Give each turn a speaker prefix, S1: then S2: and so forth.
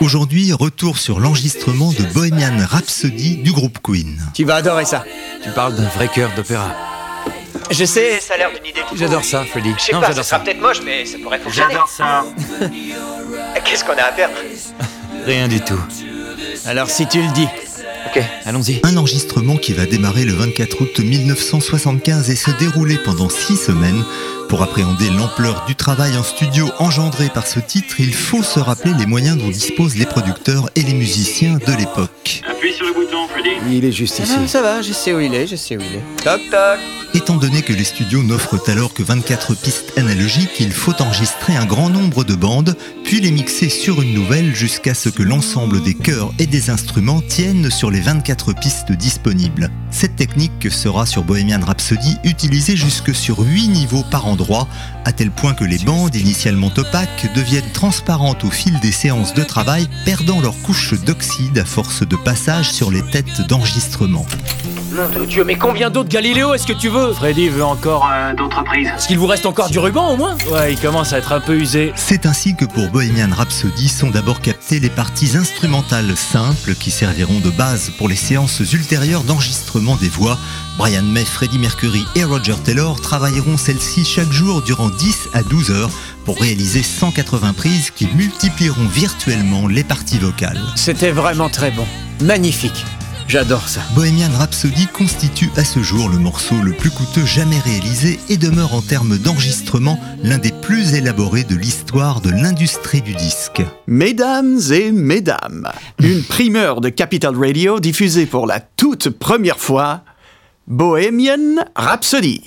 S1: Aujourd'hui, retour sur l'enregistrement de Bohemian Rhapsody du groupe Queen.
S2: Tu vas adorer ça.
S3: Tu parles d'un vrai cœur d'opéra.
S2: Je sais, ça a l'air d'une idée. toute
S3: J'adore
S2: pourrie.
S3: ça, Freddy.
S2: Je sais
S3: Non,
S2: pas, ça
S3: j'adore
S2: sera
S3: ça.
S2: peut-être moche, mais ça pourrait fonctionner.
S4: ça.
S2: Qu'est-ce qu'on a à perdre
S3: Rien du tout.
S2: Alors si tu le dis. Ok.
S3: Allons-y.
S1: Un enregistrement qui va démarrer le 24 août 1975 et se dérouler pendant six semaines. Pour appréhender l'ampleur du travail en studio engendré par ce titre, il faut se rappeler les moyens dont disposent les producteurs et les musiciens de l'époque.
S4: Appuie sur le bouton, Freddy.
S5: Il est juste ici.
S2: Ah, ça va, je sais où il est, je sais où il est. Toc toc.
S1: Étant donné que les studios n'offrent alors que 24 pistes analogiques, il faut enregistrer un grand nombre de bandes, puis les mixer sur une nouvelle jusqu'à ce que l'ensemble des chœurs et des instruments tiennent sur les 24 pistes disponibles. Cette technique sera sur Bohemian Rhapsody utilisée jusque sur 8 niveaux par endroit, à tel point que les bandes, initialement opaques, deviennent transparentes au fil des séances de travail, perdant leur couche d'oxyde à force de passage sur les têtes d'enregistrement.
S6: Nom de Dieu, mais combien d'autres Galiléo est-ce que tu veux
S4: Freddy veut encore euh, d'autres prises.
S6: Est-ce qu'il vous reste encore du ruban au moins
S4: Ouais, il commence à être un peu usé.
S1: C'est ainsi que pour Bohemian Rhapsody sont d'abord captées les parties instrumentales simples qui serviront de base pour les séances ultérieures d'enregistrement des voix. Brian May, Freddie Mercury et Roger Taylor travailleront celles-ci chaque jour durant 10 à 12 heures pour réaliser 180 prises qui multiplieront virtuellement les parties vocales.
S2: C'était vraiment très bon. Magnifique. J'adore ça.
S1: Bohemian Rhapsody constitue à ce jour le morceau le plus coûteux jamais réalisé et demeure en termes d'enregistrement l'un des plus élaborés de l'histoire de l'industrie du disque.
S5: Mesdames et mesdames, une primeur de Capital Radio diffusée pour la toute première fois, Bohemian Rhapsody.